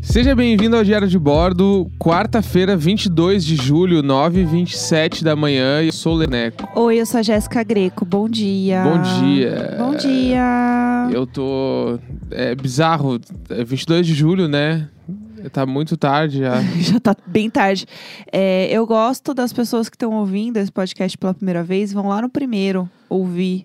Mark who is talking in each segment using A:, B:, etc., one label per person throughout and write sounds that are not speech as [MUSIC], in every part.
A: Seja bem-vindo ao Diário de Bordo, quarta-feira, 22 de julho, 9h27 da manhã. Eu sou o Leneco.
B: Oi, eu sou a Jéssica Greco. Bom dia.
A: Bom dia.
B: Bom dia.
A: Eu tô. É bizarro, é 22 de julho, né? Tá muito tarde já.
B: [LAUGHS] Já tá bem tarde. É, eu gosto das pessoas que estão ouvindo esse podcast pela primeira vez, vão lá no primeiro ouvir.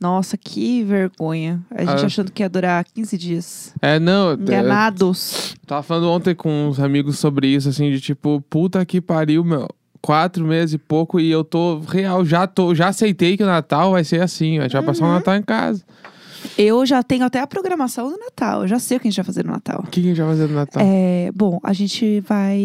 B: Nossa, que vergonha. A gente
A: Ah.
B: achando que ia durar 15 dias.
A: É, não. é,
B: Enganados.
A: Tava falando ontem com uns amigos sobre isso, assim, de tipo, puta que pariu, meu. Quatro meses e pouco e eu tô real, já tô, já aceitei que o Natal vai ser assim, a gente vai
B: Uhum.
A: passar o Natal em casa.
B: Eu já tenho até a programação do Natal. Eu já sei o que a gente vai fazer no Natal.
A: O que que a gente vai fazer no Natal?
B: É, bom, a gente vai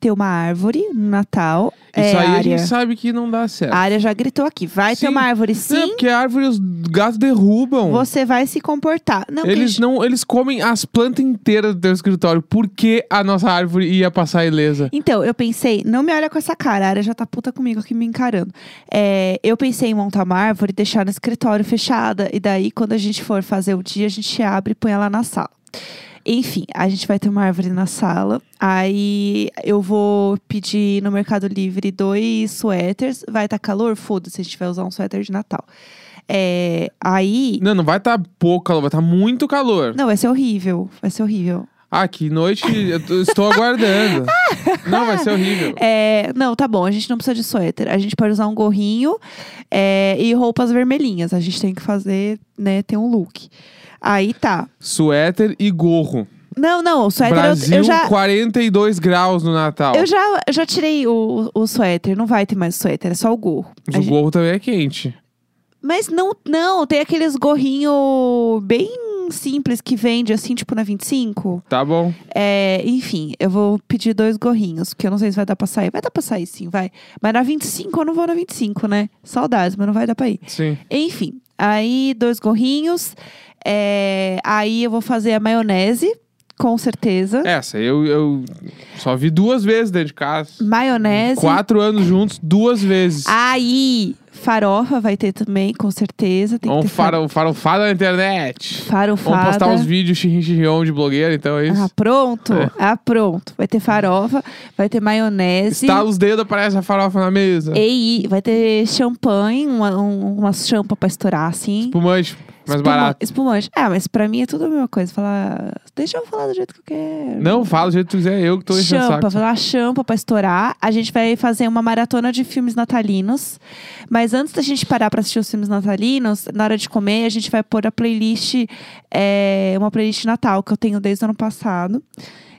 B: ter uma árvore no Natal.
A: Isso
B: é,
A: aí a
B: área.
A: gente sabe que não dá certo.
B: A área já gritou aqui. Vai ter
A: Sim.
B: uma árvore,
A: É,
B: sim.
A: porque a árvore os gatos derrubam.
B: Você vai se comportar. Não, porque
A: Hum.
B: a
A: Eles
B: gente-
A: não, eles comem as plantas inteiras do teu escritório. Por que a nossa árvore ia passar ilesa?
B: Então, eu pensei, não me olha com essa cara, a área já tá puta comigo aqui me encarando. É, eu pensei em montar uma árvore e deixar no escritório fechada. E daí, quando a gente for fazer o dia, a gente abre e põe ela na sala. Enfim, a gente vai ter uma árvore na sala. Aí eu vou pedir no Mercado Livre dois suéteres. Vai estar tá calor? Foda-se, a gente vai usar um suéter de Natal. É, aí.
A: Não, não vai estar pouco calor, vai estar muito calor.
B: Não, vai ser horrível. Vai ser horrível.
A: Ah, que noite eu tô- estou
B: [LAUGHS]
A: aguardando. não, vai ser horrível.
B: É, não, tá bom, a gente não precisa de suéter. A gente pode usar um gorrinho é, e roupas vermelhinhas. A gente tem que fazer, né, ter um look. Aí tá.
A: Suéter e gorro.
B: Não, não, o suéter eu-
A: Brasil,
B: eu, já.
A: 42 graus no Natal.
B: Eu já, eu já tirei o, o suéter, não vai ter mais suéter, é só o gorro.
A: Mas
B: A
A: O
B: gente-
A: gorro também é quente.
B: Mas não, não, tem aqueles gorrinhos bem simples que vende assim, tipo na 25.
A: Tá bom.
B: É, enfim, eu vou pedir dois gorrinhos, porque eu não sei se vai dar pra sair. Vai dar pra sair sim, vai. Mas na 25 eu não vou na 25, né? Saudades, mas não vai dar pra ir.
A: Sim.
B: Enfim, aí dois gorrinhos. é, aí eu vou fazer a maionese, com certeza.
A: Essa, eu, eu só vi duas vezes dentro de casa.
B: Maionese.
A: Quatro anos juntos, duas vezes.
B: Ah, Aí, farofa vai ter também, com certeza. Tem que
A: Vamos
B: ter faro-
A: É Um faro, farofada na internet.
B: farofada.
A: Vamos postar uns vídeos xirrinchirrion de blogueira, então é
B: Ah,
A: isso.
B: pronto?
A: É.
B: Ah, pronto. Vai ter farofa, vai ter maionese.
A: Estala os dedos, aparece a farofa na mesa.
B: E vai ter champanhe, uma, um, uma champa pra estourar, assim.
A: Espumante, Tipo, mais
B: Espuma-
A: barato.
B: Espumante. Ah, mas pra mim é tudo a mesma coisa. Falar, deixa eu falar do jeito que eu quero.
A: Não, fala do jeito que tu quiser, eu que tô enchendo o
B: champa,
A: saco.
B: vai lá champa pra estourar. A gente vai fazer uma maratona de filmes natalinos. Mas antes da gente parar pra assistir os filmes natalinos, na hora de comer, a gente vai pôr a playlist, é, uma playlist natal que eu tenho desde o ano passado.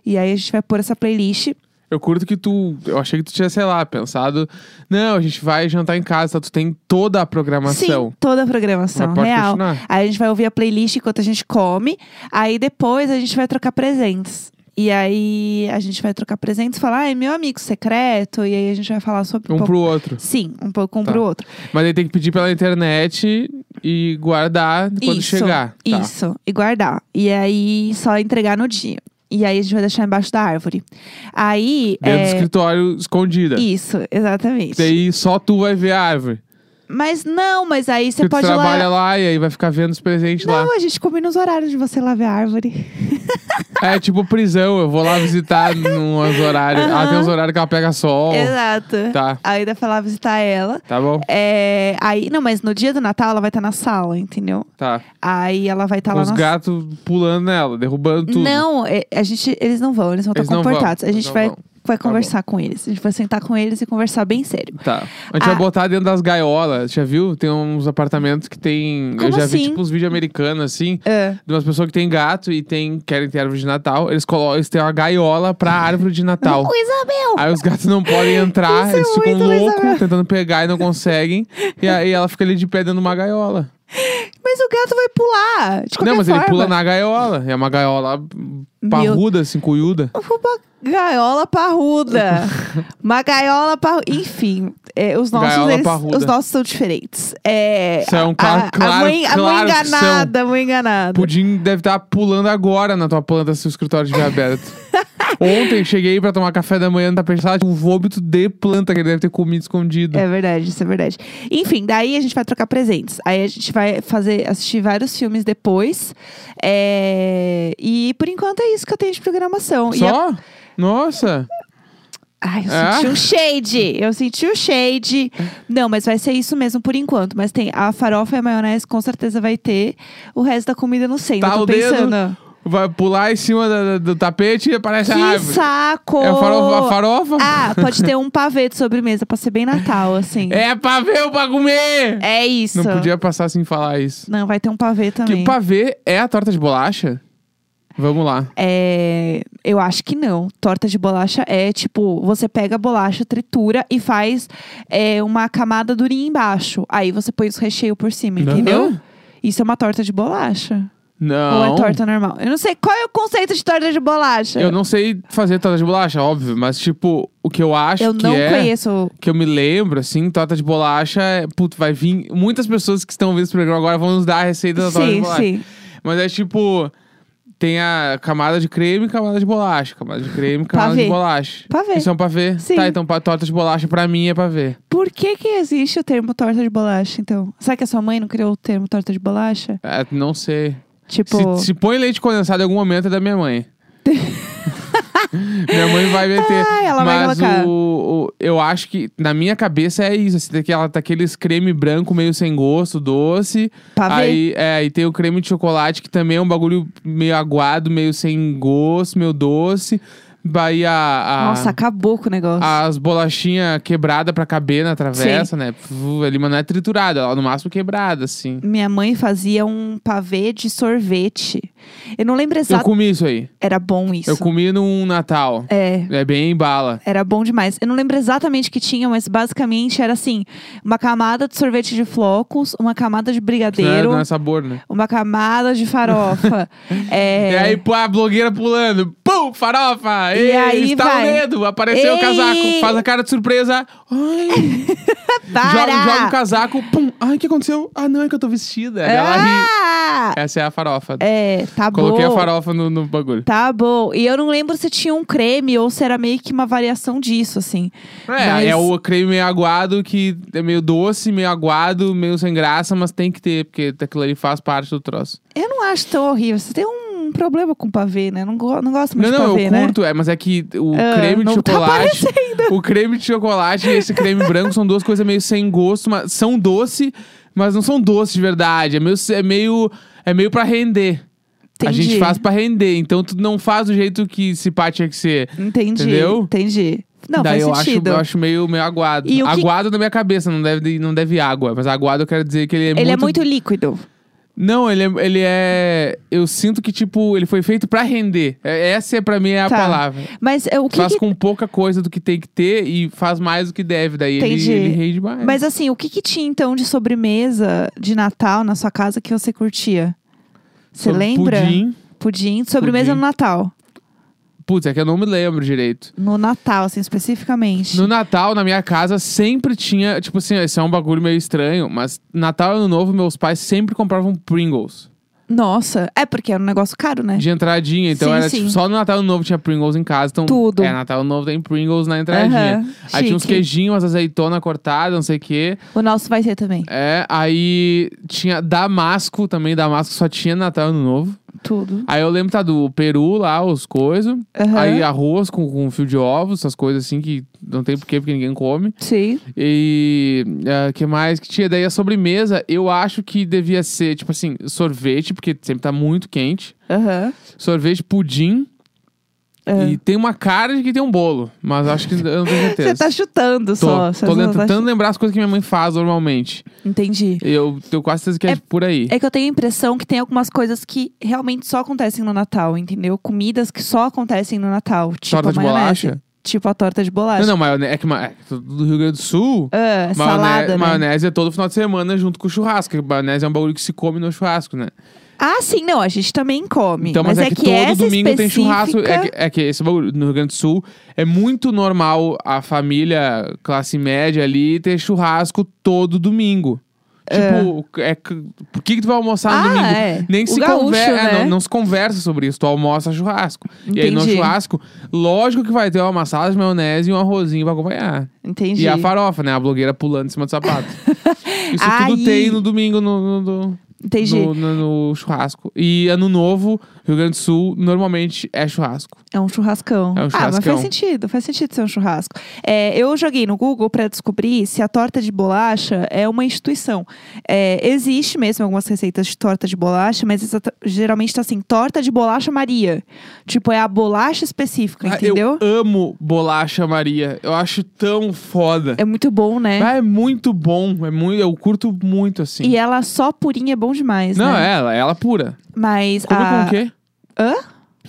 B: E aí a gente vai pôr essa playlist.
A: Eu curto que tu. Eu achei que tu tinha, sei lá, pensado. Não, a gente vai jantar em casa, tá? tu tem toda a programação.
B: Sim, toda a
A: Mas
B: programação
A: pode
B: real.
A: continuar.
B: Aí a gente vai ouvir a playlist enquanto a gente come. Aí depois a gente vai trocar presentes. E aí a gente vai trocar presentes e falar, ah, é meu amigo secreto. E aí a gente vai falar sobre
A: Um
B: pouco-
A: pro outro.
B: Sim, um pouco um
A: Tá.
B: pro outro.
A: Mas aí tem que pedir pela internet e guardar quando
B: isso,
A: chegar. Tá.
B: Isso, e guardar. E aí, só entregar no dia. E aí, a gente vai deixar embaixo da árvore. Aí,
A: Dentro do
B: é,
A: escritório, escondida.
B: Isso, exatamente.
A: Daí só tu vai ver a árvore.
B: Mas não, mas aí você
A: Porque tu
B: pode ir
A: trabalha
B: lá...
A: lá... e aí vai ficar vendo os presentes lá.
B: Não, a gente combina os horários de você lá ver a árvore.
A: É tipo prisão, eu vou lá visitar nos horários. Ah, tem uns horários que ela pega sol.
B: Exato.
A: Tá,
B: Aí dá pra lá visitar ela.
A: tá bom.
B: É, aí, não, mas no dia do Natal ela vai estar na sala, entendeu?
A: Tá.
B: Aí ela vai estar
A: Com
B: Tá lá
A: os
B: na
A: gatos pulando nela, derrubando tudo.
B: Não, é- a gente, eles não vão, eles vão
A: Eles
B: estar
A: não vão,
B: comportados. A
A: eles
B: gente
A: não
B: vai,
A: vão.
B: vai
A: Tá
B: conversar com eles. A gente vai sentar com eles e conversar bem sério.
A: Tá. A gente
B: Ah.
A: vai botar dentro das gaiolas, já viu? Tem uns apartamentos que tem. eu
B: Como
A: já vi
B: assim?
A: tipo uns vídeos americanos, assim,
B: É.
A: de umas pessoas que têm gato e tem, querem ter árvore de Natal. Eles, colocam, eles têm uma gaiola pra árvore de Natal.
B: O Isabel!
A: Aí os gatos não podem entrar,
B: Isso é
A: eles ficam
B: muito legal.
A: loucos, tentando pegar e não conseguem. e aí ela fica ali de pé dentro de uma gaiola.
B: Mas o gato vai pular! De qualquer
A: Não, mas
B: forma.
A: ele pula na gaiola. É uma gaiola parruda, assim, cuiuda.
B: Uma
A: [LAUGHS]
B: gaiola parruda. Uma gaiola parruda. Enfim, é, os, nossos,
A: Gaiola
B: eles-
A: parruda.
B: os nossos são diferentes. É,
A: Isso é um
B: a-
A: claro-
B: a, a,
A: claro-
B: mãe, a mãe
A: claro que são.
B: enganada, a mãe enganada.
A: tá
B: [LAUGHS]
A: Pudim deve estar pulando agora na tua planta se o escritório estiver aberto. Ontem cheguei pra tomar café da manhã, tá pensando um vômito de planta que ele deve ter comido escondido.
B: É verdade, isso é verdade. Enfim, daí a gente vai trocar presentes. Aí a gente vai fazer, assistir vários filmes depois. É, E por enquanto é isso que eu tenho de programação. E a-
A: Só? Nossa!
B: Ai, eu
A: Ah.
B: senti um shade. Eu senti um shade. Não, mas vai ser isso mesmo por enquanto. Mas tem a farofa e a maionese, com certeza vai ter. O resto da comida eu não sei. ainda
A: Tá
B: tô
A: o dedo.
B: pensando.
A: Vai pular em cima da- da- do tapete e aparece a
B: Que
A: árvore.
B: saco!
A: É a farofa? A farofa?
B: Ah, pode ter um pavê de sobremesa pra ser bem Natal, assim.
A: É pavê ou pra comer!
B: É isso.
A: Não podia passar sem falar isso.
B: Não, vai ter um pavê também.
A: Que pavê é a torta de bolacha? Vamos lá.
B: É, eu acho que não. Torta de bolacha é tipo, você pega a bolacha, tritura e faz é, uma camada durinha embaixo. Aí você põe os recheio por cima,
A: Não.
B: entendeu? Isso é uma torta de bolacha.
A: Não.
B: Ou é torta normal? Eu não sei. Qual é o conceito de torta de bolacha?
A: Eu não sei fazer torta de bolacha, óbvio, mas tipo, o que eu acho
B: Eu
A: que
B: não
A: é.
B: conheço.
A: Que eu me lembro, assim, torta de bolacha é. Puto, vai vir. Muitas pessoas que estão vendo esse programa agora vão nos dar a receita da torta de
B: Sim,
A: bolacha.
B: sim.
A: Mas é tipo. Tem a camada de creme e camada de bolacha. Camada de creme e camada
B: Pavê.
A: de bolacha.
B: Pavê.
A: Isso é um pavê?
B: Sim.
A: Tá, então pa- torta de bolacha pra mim é pavê.
B: Por que que existe o termo torta de bolacha, então? Será que a sua mãe não criou o termo torta de bolacha?
A: É, não sei.
B: Tipo...
A: Se, se põe leite condensado em algum momento é da minha
B: [LAUGHS]
A: mãe. minha mãe vai meter.
B: Ah, ela vai
A: mas
B: colocar.
A: o, o- eu acho que na minha cabeça é isso. Assim, daquela, daqueles creme branco meio sem gosto, doce.
B: Pavê?
A: Aí, é, aí tem o creme de chocolate, que também é um bagulho meio aguado, meio sem gosto, meio doce. Aí a. a-
B: Nossa, acabou com o negócio.
A: as bolachinhas quebradas pra caber na travessa, né? Puf, Ali, mas não é triturada, ela no máximo quebrada, assim.
B: Minha mãe fazia um pavê de sorvete. Eu não lembro
A: Eu
B: exato.
A: comi isso aí.
B: Era bom isso.
A: Eu comi num Natal.
B: É.
A: É bem bala.
B: Era bom demais. Eu não lembro exatamente o que tinha, mas basicamente era assim: uma camada de sorvete de flocos, uma camada de
A: Não é,
B: brigadeiro,
A: não é sabor, né?
B: uma camada
A: [LAUGHS]
B: de farofa. é...
A: E aí, pô, a blogueira pulando. Pum, farofa!
B: E
A: E
B: aí
A: está o
B: vai.
A: dedo, apareceu
B: Ei!
A: o casaco. Faz a cara de surpresa. Ai,
B: Para!
A: joga, joga um o casaco. Pum, ai, o que aconteceu? Ah, não, é que eu tô vestida. Ela ri.
B: ah!
A: Essa é a farofa.
B: É, tá
A: Coloquei
B: bom.
A: a farofa no, no bagulho.
B: Tá bom. E eu não lembro se tinha um creme ou se era meio que uma variação disso, assim.
A: É,
B: Mas-
A: é o creme meio aguado que é meio doce, meio aguado, meio sem graça, mas tem que ter, porque aquilo ali faz parte do troço.
B: Eu não acho tão horrível. Você tem um problema com pavê, né? Eu Não, go- não gosto muito
A: Não,
B: de
A: não,
B: pavê,
A: eu
B: né?
A: curto, é, mas é que o
B: Ah,
A: creme de
B: não tá
A: chocolate. o creme de chocolate e esse creme branco são duas coisas meio sem gosto, mas são doce, mas não são doce de verdade. É meio, é meio, é meio pra render. A
B: Entendi.
A: gente faz pra render, então tu não faz do jeito que esse pá tinha que ser.
B: Entendi.
A: Entendeu?
B: Entendi. Não,
A: Daí eu
B: faz
A: acho,
B: sentido.
A: eu acho meio, meio aguado.
B: E o que-
A: Aguado na minha cabeça, não deve, não deve água. Mas aguado eu quero dizer que ele é
B: Ele é
A: muito
B: muito líquido.
A: Não, ele é, ele é. Eu sinto que, tipo, ele foi feito pra render. É- Essa, é, pra mim, é a
B: Tá.
A: palavra.
B: Mas é, o que.
A: faz
B: que-
A: com pouca coisa do que tem que ter e faz mais do que deve. Daí ele,
B: Entendi.
A: ele rende mais.
B: Mas assim, o que, que tinha então de sobremesa de Natal na sua casa que você curtia? Você
A: Sobre
B: lembra?
A: um Pudim.
B: Pudim. Sobremesa
A: Pudim.
B: no Natal.
A: Putz, é que eu não me lembro direito.
B: No Natal, assim, especificamente.
A: No Natal, na minha casa, sempre tinha. Tipo assim, esse é um bagulho meio estranho, mas Natal e Ano Novo, meus pais sempre compravam Pringles.
B: Nossa, é porque era um negócio caro, né?
A: De entradinha, então
B: Sim,
A: era
B: sim.
A: tipo, só no Natal e Ano Novo tinha Pringles em casa. Então,
B: Tudo.
A: É, Natal e Ano Novo tem Pringles na entradinha.
B: Aham,
A: Aí tinha uns
B: chique.
A: queijinhos, umas azeitona cortada, não sei o quê.
B: O nosso vai ter também.
A: É, aí tinha Damasco também, Damasco só tinha Natal e Ano Novo.
B: Tudo.
A: Aí eu lembro, tá, do Peru lá, os coisas.
B: Aham.
A: Aí arroz com, com fio de ovos, essas coisas assim que não tem porquê, porque ninguém come.
B: Sim.
A: E ah, que mais que tinha? Daí a sobremesa, eu acho que devia ser, tipo assim, sorvete, porque sempre tá muito quente.
B: Aham.
A: Sorvete, pudim. E tem uma cara de que tem um bolo, mas acho que eu não tenho certeza.
B: É. [LAUGHS] Você tá chutando
A: Tô,
B: só. Você
A: tô
B: só tá
A: tentando lembrar as coisas que minha mãe faz normalmente.
B: chu- Entendi.
A: Eu tenho quase certeza que é,
B: É-
A: por aí.
B: É que eu tenho a impressão que tem algumas coisas que realmente só acontecem no Natal, entendeu? Comidas que só acontecem no Natal. Tipo
A: Torta
B: a
A: de
B: maionese.
A: bolacha?
B: Tipo a torta de bolacha.
A: Não, não, maionese. É que ma- é que tu- do Rio Grande do Sul.
B: Ah,
A: maionese,
B: salada, né?
A: maionese é todo final de semana junto com o churrasco. que Maionese é um bagulho que se come no churrasco, né?
B: Ah, sim, não. A gente também come.
A: Então, mas,
B: mas
A: é, que, todo
B: essa
A: domingo tem
B: específica-
A: churrasco. É que, é que esse bagulho no Rio Grande do Sul é muito normal a família classe média ali ter churrasco todo domingo. Tipo, é. que- por que, que tu vai almoçar no
B: Ah,
A: domingo?
B: é.
A: Nem
B: O
A: se
B: gaúcho,
A: conversa.
B: né?
A: não, não se conversa sobre isso. Tu almoça churrasco. E aí no
B: Entendi.
A: churrasco, lógico que vai ter uma salada de maionese e um arrozinho pra acompanhar.
B: Entendi.
A: E a farofa, né? A blogueira pulando em cima do
B: [LAUGHS]
A: sapato. Isso tudo
B: Aí.
A: tem no domingo no, no- no-
B: Entendi.
A: no- no- no churrasco. E ano novo, Rio Grande do Sul, normalmente é churrasco.
B: É um churrascão.
A: É um
B: Ah,
A: churrascão.
B: mas faz sentido, faz sentido ser um churrasco. É, eu joguei no Google para descobrir se a torta de bolacha é uma instituição. É, existe mesmo algumas receitas de torta de bolacha, mas exata- geralmente tá assim, torta de bolacha Maria. Tipo, é a bolacha específica,
A: Ah,
B: entendeu?
A: Eu amo bolacha Maria. Eu acho tão foda.
B: É muito bom, né?
A: Ah, é muito bom. É muito, eu curto muito, assim.
B: E ela só purinha é bom demais,
A: Não,
B: né?
A: ela, ela pura.
B: Mas ah,
A: Come
B: a...
A: com o quê?
B: Hã?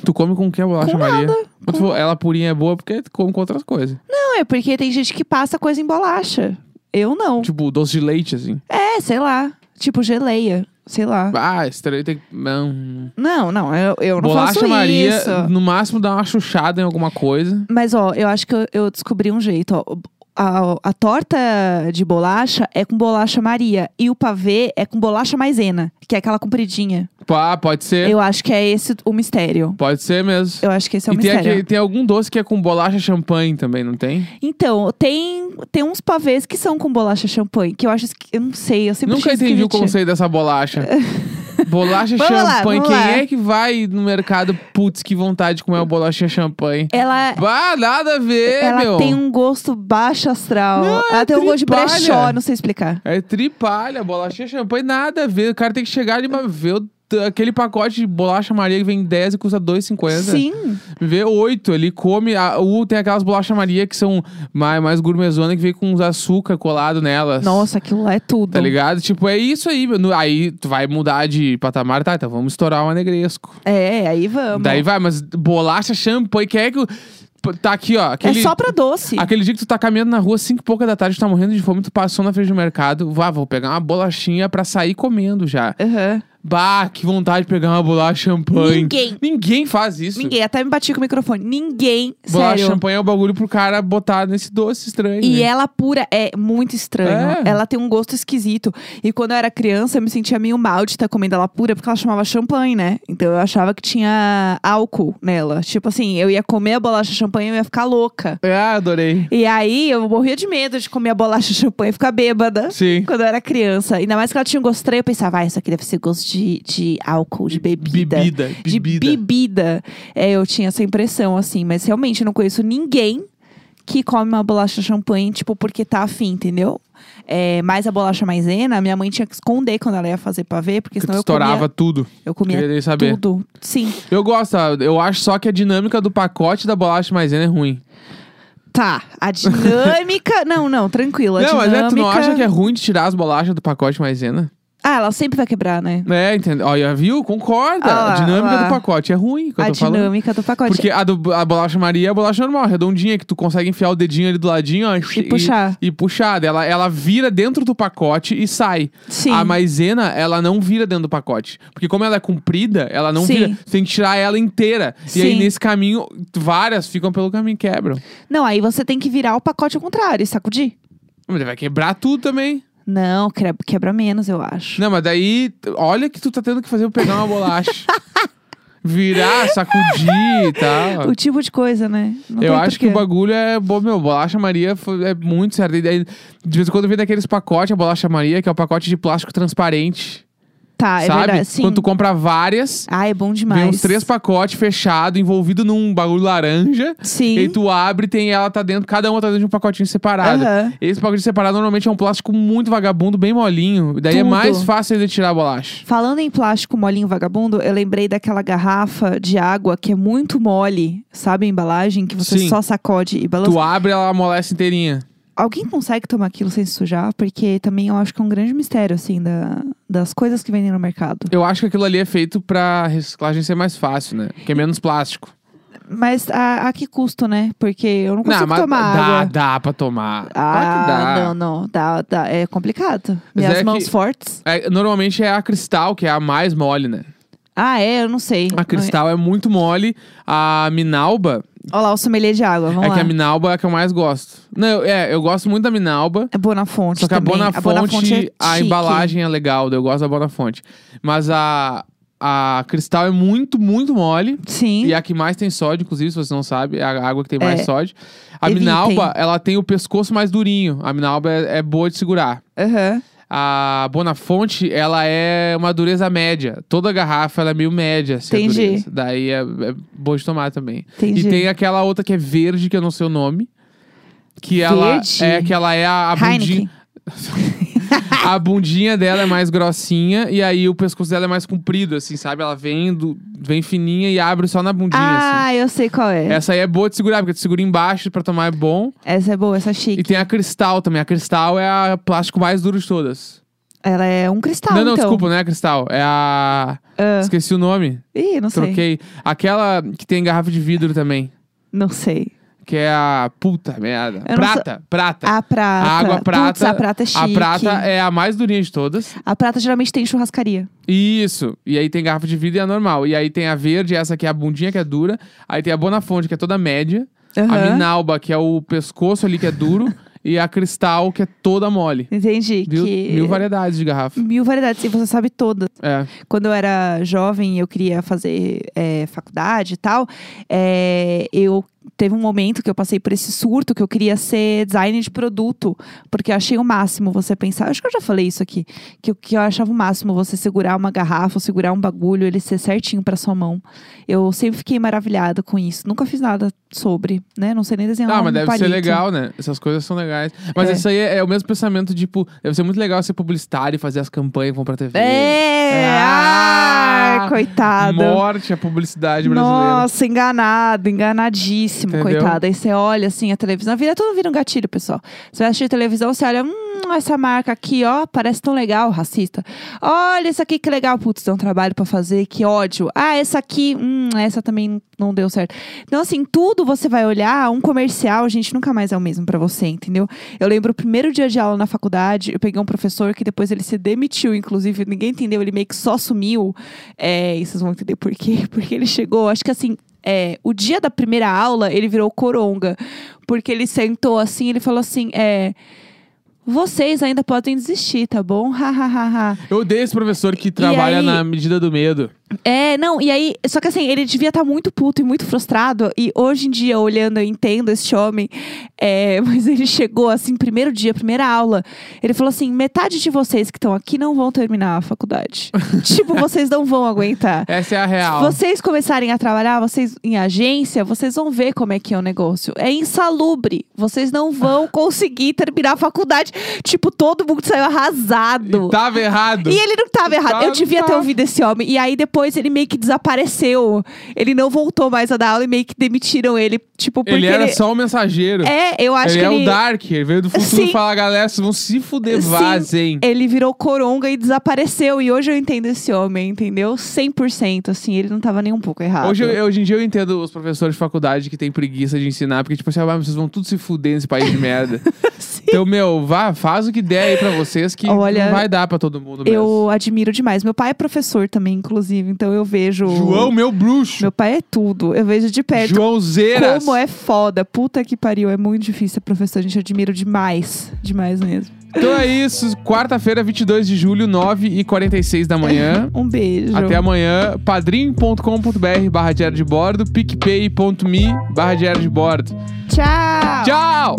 A: Tu come com o quê a bolacha
B: Com
A: Maria?
B: nada.
A: Mas tu falou, Ela purinha é boa porque tu come com outras coisas.
B: Não, é porque tem gente que passa coisa em bolacha. Eu não.
A: Tipo, doce de leite, assim.
B: É, sei lá. Tipo geleia, sei lá.
A: Ah, estranho tem que. Não.
B: Não, não, eu, eu não
A: Bolacha
B: faço
A: Maria,
B: isso.
A: no máximo dá uma chuchada em alguma coisa.
B: Mas, ó, eu acho que eu, eu descobri um jeito, ó. A, a torta de bolacha é com bolacha Maria e o pavê é com bolacha maisena, que é aquela compridinha.
A: Pá, Tipo, ah, pode ser.
B: Eu acho que é esse o mistério.
A: Pode ser mesmo.
B: Eu acho que esse é o
A: e tem,
B: mistério.
A: aquele- tem algum doce que é com bolacha champanhe também, não tem?
B: Então, tem, tem uns pavês que são com bolacha champanhe, que eu acho que eu não sei, eu sempre
A: Nunca
B: achei
A: entendi o
B: esquisitinho.
A: conceito dessa
B: [LAUGHS]
A: bolacha. bolacha
B: Vamos lá,
A: champanhe.
B: vamos
A: Quem
B: lá.
A: é que vai no mercado? Putz, que vontade de comer uma bolacha champanhe.
B: Ela
A: Bah, nada a ver,
B: ela
A: É, meu.
B: tem um gosto baixo astral.
A: Não,
B: ela
A: é
B: tem um gosto de
A: tripalha.
B: brechó, não sei explicar.
A: É tripalha, bolacha champanhe, nada a ver. O cara tem que chegar ali pra ver o t- aquele pacote de bolacha Maria que vem 10 e custa 2,50.
B: Sim.
A: Vê 8, ele come. A, o, tem aquelas bolachas Maria que são mais, mais gourmetzonas que vem com uns açúcar colado nelas.
B: Nossa, aquilo lá é tudo.
A: Tá ligado? Tipo, é isso aí. meu. No- Aí tu vai mudar de patamar, tá? Então vamos estourar uma negresco.
B: É, aí vamos.
A: Daí vai, mas bolacha, champanhe, quer que. o- Pô, Tá aqui, ó. Aquele,
B: É só pra doce.
A: aquele dia que tu tá caminhando na rua, cinco e pouca da tarde, tu tá morrendo de fome, tu passou na frente do mercado. Vá, vou pegar uma bolachinha pra sair comendo já.
B: Aham.
A: Bah, que vontade de pegar uma bolacha champanhe.
B: Ninguém.
A: Ninguém faz isso.
B: Ninguém, até me bati com o microfone. Ninguém,
A: Bolacha
B: sério.
A: champanhe é o bagulho pro cara botar nesse doce estranho.
B: E
A: né?
B: ela pura é muito estranha.
A: É.
B: Ela tem um gosto esquisito. E quando eu era criança, eu me sentia meio mal de estar comendo ela pura, porque ela chamava champanhe, né? Então eu achava que tinha álcool nela. Tipo assim, eu ia comer a bolacha champanhe e eu ia ficar louca.
A: Ah, adorei.
B: E aí eu morria de medo de comer a bolacha champanhe e ficar bêbada.
A: Sim.
B: Quando eu era criança. Ainda mais que ela tinha um gosto estranho, eu pensava, ah, isso aqui deve ser gosto de, de álcool, de bebida.
A: Bebida.
B: de bebida. É, eu tinha essa impressão, assim, mas realmente eu não conheço ninguém que come uma bolacha champanhe, tipo, porque tá afim, entendeu? É, mas a bolacha maisena, minha mãe tinha que esconder quando ela ia fazer pavê, porque
A: Que tu
B: senão eu
A: estourava
B: comia,
A: tudo.
B: eu comia
A: Queria saber.
B: tudo. Sim,
A: Eu gosto, tá? eu acho só que a dinâmica do pacote da bolacha maisena é ruim.
B: tá. A dinâmica... [LAUGHS] não, não, tranquilo. A
A: não, mas
B: dinâmica...
A: é, tu não acha que é ruim de tirar as bolachas do pacote maisena?
B: Ah, ela sempre vai quebrar, né?
A: É, entendeu? Olha, viu? Concorda.
B: Ah lá,
A: a dinâmica
B: ah lá.
A: do pacote é ruim, que eu
B: A
A: tô falando.
B: dinâmica do pacote.
A: Porque a, do, a bolacha Maria é a bolacha normal, redondinha, que tu consegue enfiar o dedinho ali do ladinho, ó.
B: E puxar.
A: E, puxar. Ela, ela vira dentro do pacote e sai.
B: Sim.
A: A maisena, ela não vira dentro do pacote. Porque como ela é comprida, ela não
B: Sim.
A: vira. Tu tem que tirar ela inteira. E aí,
B: Sim.
A: nesse caminho, várias ficam pelo caminho, quebram.
B: Não, aí você tem que virar o pacote ao contrário e sacudir.
A: Mas vai quebrar tudo também.
B: Não, cre- quebra menos, eu acho.
A: Não, mas daí, t- olha que tu tá tendo que fazer pra pegar uma
B: [LAUGHS]
A: bolacha. Virar, sacudir e tal.
B: O tipo de coisa, né? Não
A: Eu
B: tem
A: acho que
B: porquê.
A: o bagulho é. Bom, meu, bolacha Maria foi- é muito certo. E daí, de vez em quando vem daqueles pacotes, a bolacha Maria, que é o pacote de plástico transparente.
B: Tá, é
A: sabe?
B: verdade. Sim.
A: Quando tu compra várias,
B: Ah, é bom demais.
A: vem uns três pacotes fechados, envolvido num bagulho laranja. E aí
B: Sim.
A: tu abre, tem ela tá dentro, cada uma tá dentro de um pacotinho separado.
B: Aham.
A: Esse pacotinho separado normalmente é um plástico muito vagabundo, bem molinho. E daí é
B: Tudo.
A: mais fácil ainda tirar a bolacha.
B: Falando em plástico molinho vagabundo, eu lembrei daquela garrafa de água que é muito mole, sabe a embalagem? Que você
A: Sim.
B: só sacode e balança.
A: Tu abre, ela amolece inteirinha.
B: Alguém consegue tomar aquilo sem se sujar? Porque também eu acho que é um grande mistério, assim, da- das coisas que vendem no mercado.
A: Eu acho que aquilo ali é feito pra reciclagem ser mais fácil, né? Que é menos plástico.
B: Mas a, a que custo, né? Porque eu não consigo
A: mas
B: tomar
A: dá,
B: água.
A: dá pra tomar. claro que
B: Ah,
A: dá.
B: não, não. Dá, dá. É complicado.
A: Mas
B: Minhas
A: é que-
B: mãos fortes.
A: É, normalmente é a cristal, que é a mais mole, né?
B: Ah, é? Eu não sei.
A: A cristal é muito mole. A Minalba,
B: Olha lá, o sommelier de água, vamos
A: é
B: lá.
A: que a Minalba é a que eu mais gosto. Não, eu- é, eu gosto muito da Minalba.
B: É Bonafonte
A: Só que
B: também.
A: a Bonafonte,
B: é
A: a
B: chique.
A: embalagem é legal, eu gosto da Bonafonte. Mas a, a Cristal é muito, muito mole.
B: Sim.
A: E a que mais tem sódio, inclusive, se você não sabe, é a água que tem mais
B: É.
A: sódio. A
B: Evitem.
A: Minalba, ela tem o pescoço mais durinho. A Minalba é, é boa de segurar.
B: Aham.
A: A Bonafonte, ela é uma dureza média. Toda garrafa, ela é meio média, assim, a
B: Entendi.
A: dureza. Daí é, é boa de tomar também.
B: Entendi.
A: E tem aquela outra que é verde, que eu não sei o nome. Que
B: Verde?
A: ela é que ela é a, a
B: Heineken.
A: bundinha. [LAUGHS] A bundinha dela é mais grossinha e aí o pescoço dela é mais comprido, assim, sabe? Ela vem, do, vem fininha e abre só na bundinha, assim.
B: Ah, eu sei qual é.
A: Essa aí é boa de segurar, porque tu segura embaixo pra tomar é bom.
B: Essa é boa, essa é chique.
A: E tem a cristal também. A cristal é a plástico mais duro de todas.
B: Ela é um cristal,
A: não, não,
B: então.
A: desculpa, não é a cristal. É a.
B: Ah.
A: Esqueci o nome.
B: Ih, não sei.
A: Troquei. Aquela que tem garrafa de vidro também.
B: Não sei.
A: Que é a. Puta merda.
B: Eu não
A: Prata, prata.
B: A prata.
A: Tá. A água prata.
B: Putz, a prata é chique.
A: A prata é a mais durinha de todas.
B: A prata geralmente tem churrascaria.
A: Isso. E aí tem garrafa de vidro e a normal. E aí tem a verde, essa aqui é a bundinha que é dura. Aí tem a Bonafonte, que é toda média. A
B: Aham.
A: Minalba, que é o pescoço ali que é
B: [LAUGHS]
A: duro. e a Cristal, que é toda mole.
B: Entendi.
A: Viu?
B: que...
A: Mil variedades de garrafa.
B: Mil variedades, e você sabe todas.
A: É.
B: Quando eu era jovem e eu queria fazer é, faculdade e tal, é, eu teve um momento que eu passei por esse surto que eu queria ser designer de produto, porque eu achei o máximo você pensar. Acho que eu já falei isso aqui, que, eu- que eu achava o máximo você segurar uma garrafa, ou segurar um bagulho, ele ser certinho pra sua mão. Eu sempre fiquei maravilhada com isso. Nunca fiz nada sobre, né? Não sei nem desenhar
A: Ah,
B: um
A: mas deve
B: palito.
A: ser legal, né? Essas coisas são legais. Mas
B: É.
A: isso aí é, é o mesmo pensamento, tipo, deve ser muito legal ser publicitário e fazer as campanhas que vão pra TV.
B: É!
A: Ah!
B: Ai, coitada.
A: Morte à publicidade brasileira.
B: Nossa, enganado, enganadíssimo,
A: Entendeu?
B: coitada. Aí você olha assim a televisão, vira tudo vira um gatilho, pessoal. Você vai assistir televisão, você olha, hum, essa marca aqui, ó, parece tão legal, racista. Olha isso aqui que legal, putz, deu um trabalho pra fazer, que ódio. Ah, essa aqui, hum, essa também não deu certo. Então assim, tudo você vai olhar, um comercial, gente, nunca mais é o mesmo pra você, entendeu? Eu lembro o primeiro dia de aula na faculdade, eu peguei um professor que depois ele se demitiu, inclusive, ninguém entendeu, ele meio que só sumiu. É, e vocês vão entender por quê. [LAUGHS] Porque ele chegou, acho que assim, é, o dia da primeira aula, ele virou coronga. Porque ele sentou assim, ele falou assim, é... Vocês ainda podem desistir, tá bom? [LAUGHS] Ha, ha, ha, ha.
A: Eu odeio esse professor que trabalha
B: aí-
A: na medida do medo.
B: É, não, e aí, só que assim, ele devia estar muito puto e muito frustrado. E hoje em dia, olhando, eu entendo este homem. é, [LAUGHS] mas ele chegou assim, primeiro dia, primeira aula. Ele falou assim: metade de vocês que estão aqui não vão terminar a faculdade. tipo, vocês não vão aguentar.
A: Essa é a real.
B: Se vocês começarem a trabalhar, vocês em agência, vocês vão ver como é que é o negócio. É insalubre. Vocês não vão conseguir terminar a faculdade. Tipo, todo mundo saiu arrasado.
A: E tava errado.
B: E é, ele não tava errado.
A: Tá,
B: eu devia
A: tá.
B: ter ouvido esse homem. E aí depois ele meio que desapareceu. Ele não voltou mais a dar aula e meio que demitiram ele. Tipo, porque
A: Ele era só o mensageiro.
B: É, eu acho
A: ele
B: que
A: é
B: ele.
A: o Dark, ele veio do futuro
B: Sim.
A: falar, galera, vocês vão se fuder,
B: Sim.
A: vazem.
B: Ele virou coronga e desapareceu. E hoje eu entendo esse homem, entendeu? 100%. Assim, ele não tava nem um pouco errado. [LAUGHS]
A: Hoje, eu- hoje em dia eu entendo os professores de faculdade que têm preguiça de ensinar, porque tipo assim, ah, mas vocês vão tudo se fuder nesse país de
B: [LAUGHS]
A: merda.
B: Sim.
A: então, meu, vá, faz o que der aí pra vocês que
B: Olha,
A: não vai dar pra todo mundo mesmo.
B: Eu admiro demais. Meu pai é professor também, inclusive. Então eu vejo.
A: João, meu bruxo.
B: Meu pai é tudo. Eu vejo de perto.
A: João Zeras.
B: Como é foda. Puta que pariu. É muito difícil ser professor. Gente, eu admiro demais. Demais mesmo.
A: Então é isso. Quarta-feira, 22 de julho, 9h46 da manhã.
B: [LAUGHS] Um beijo.
A: Até amanhã, padrim.com.br barra diário de bordo, picpay.me barra diário de bordo.
B: Tchau.
A: Tchau!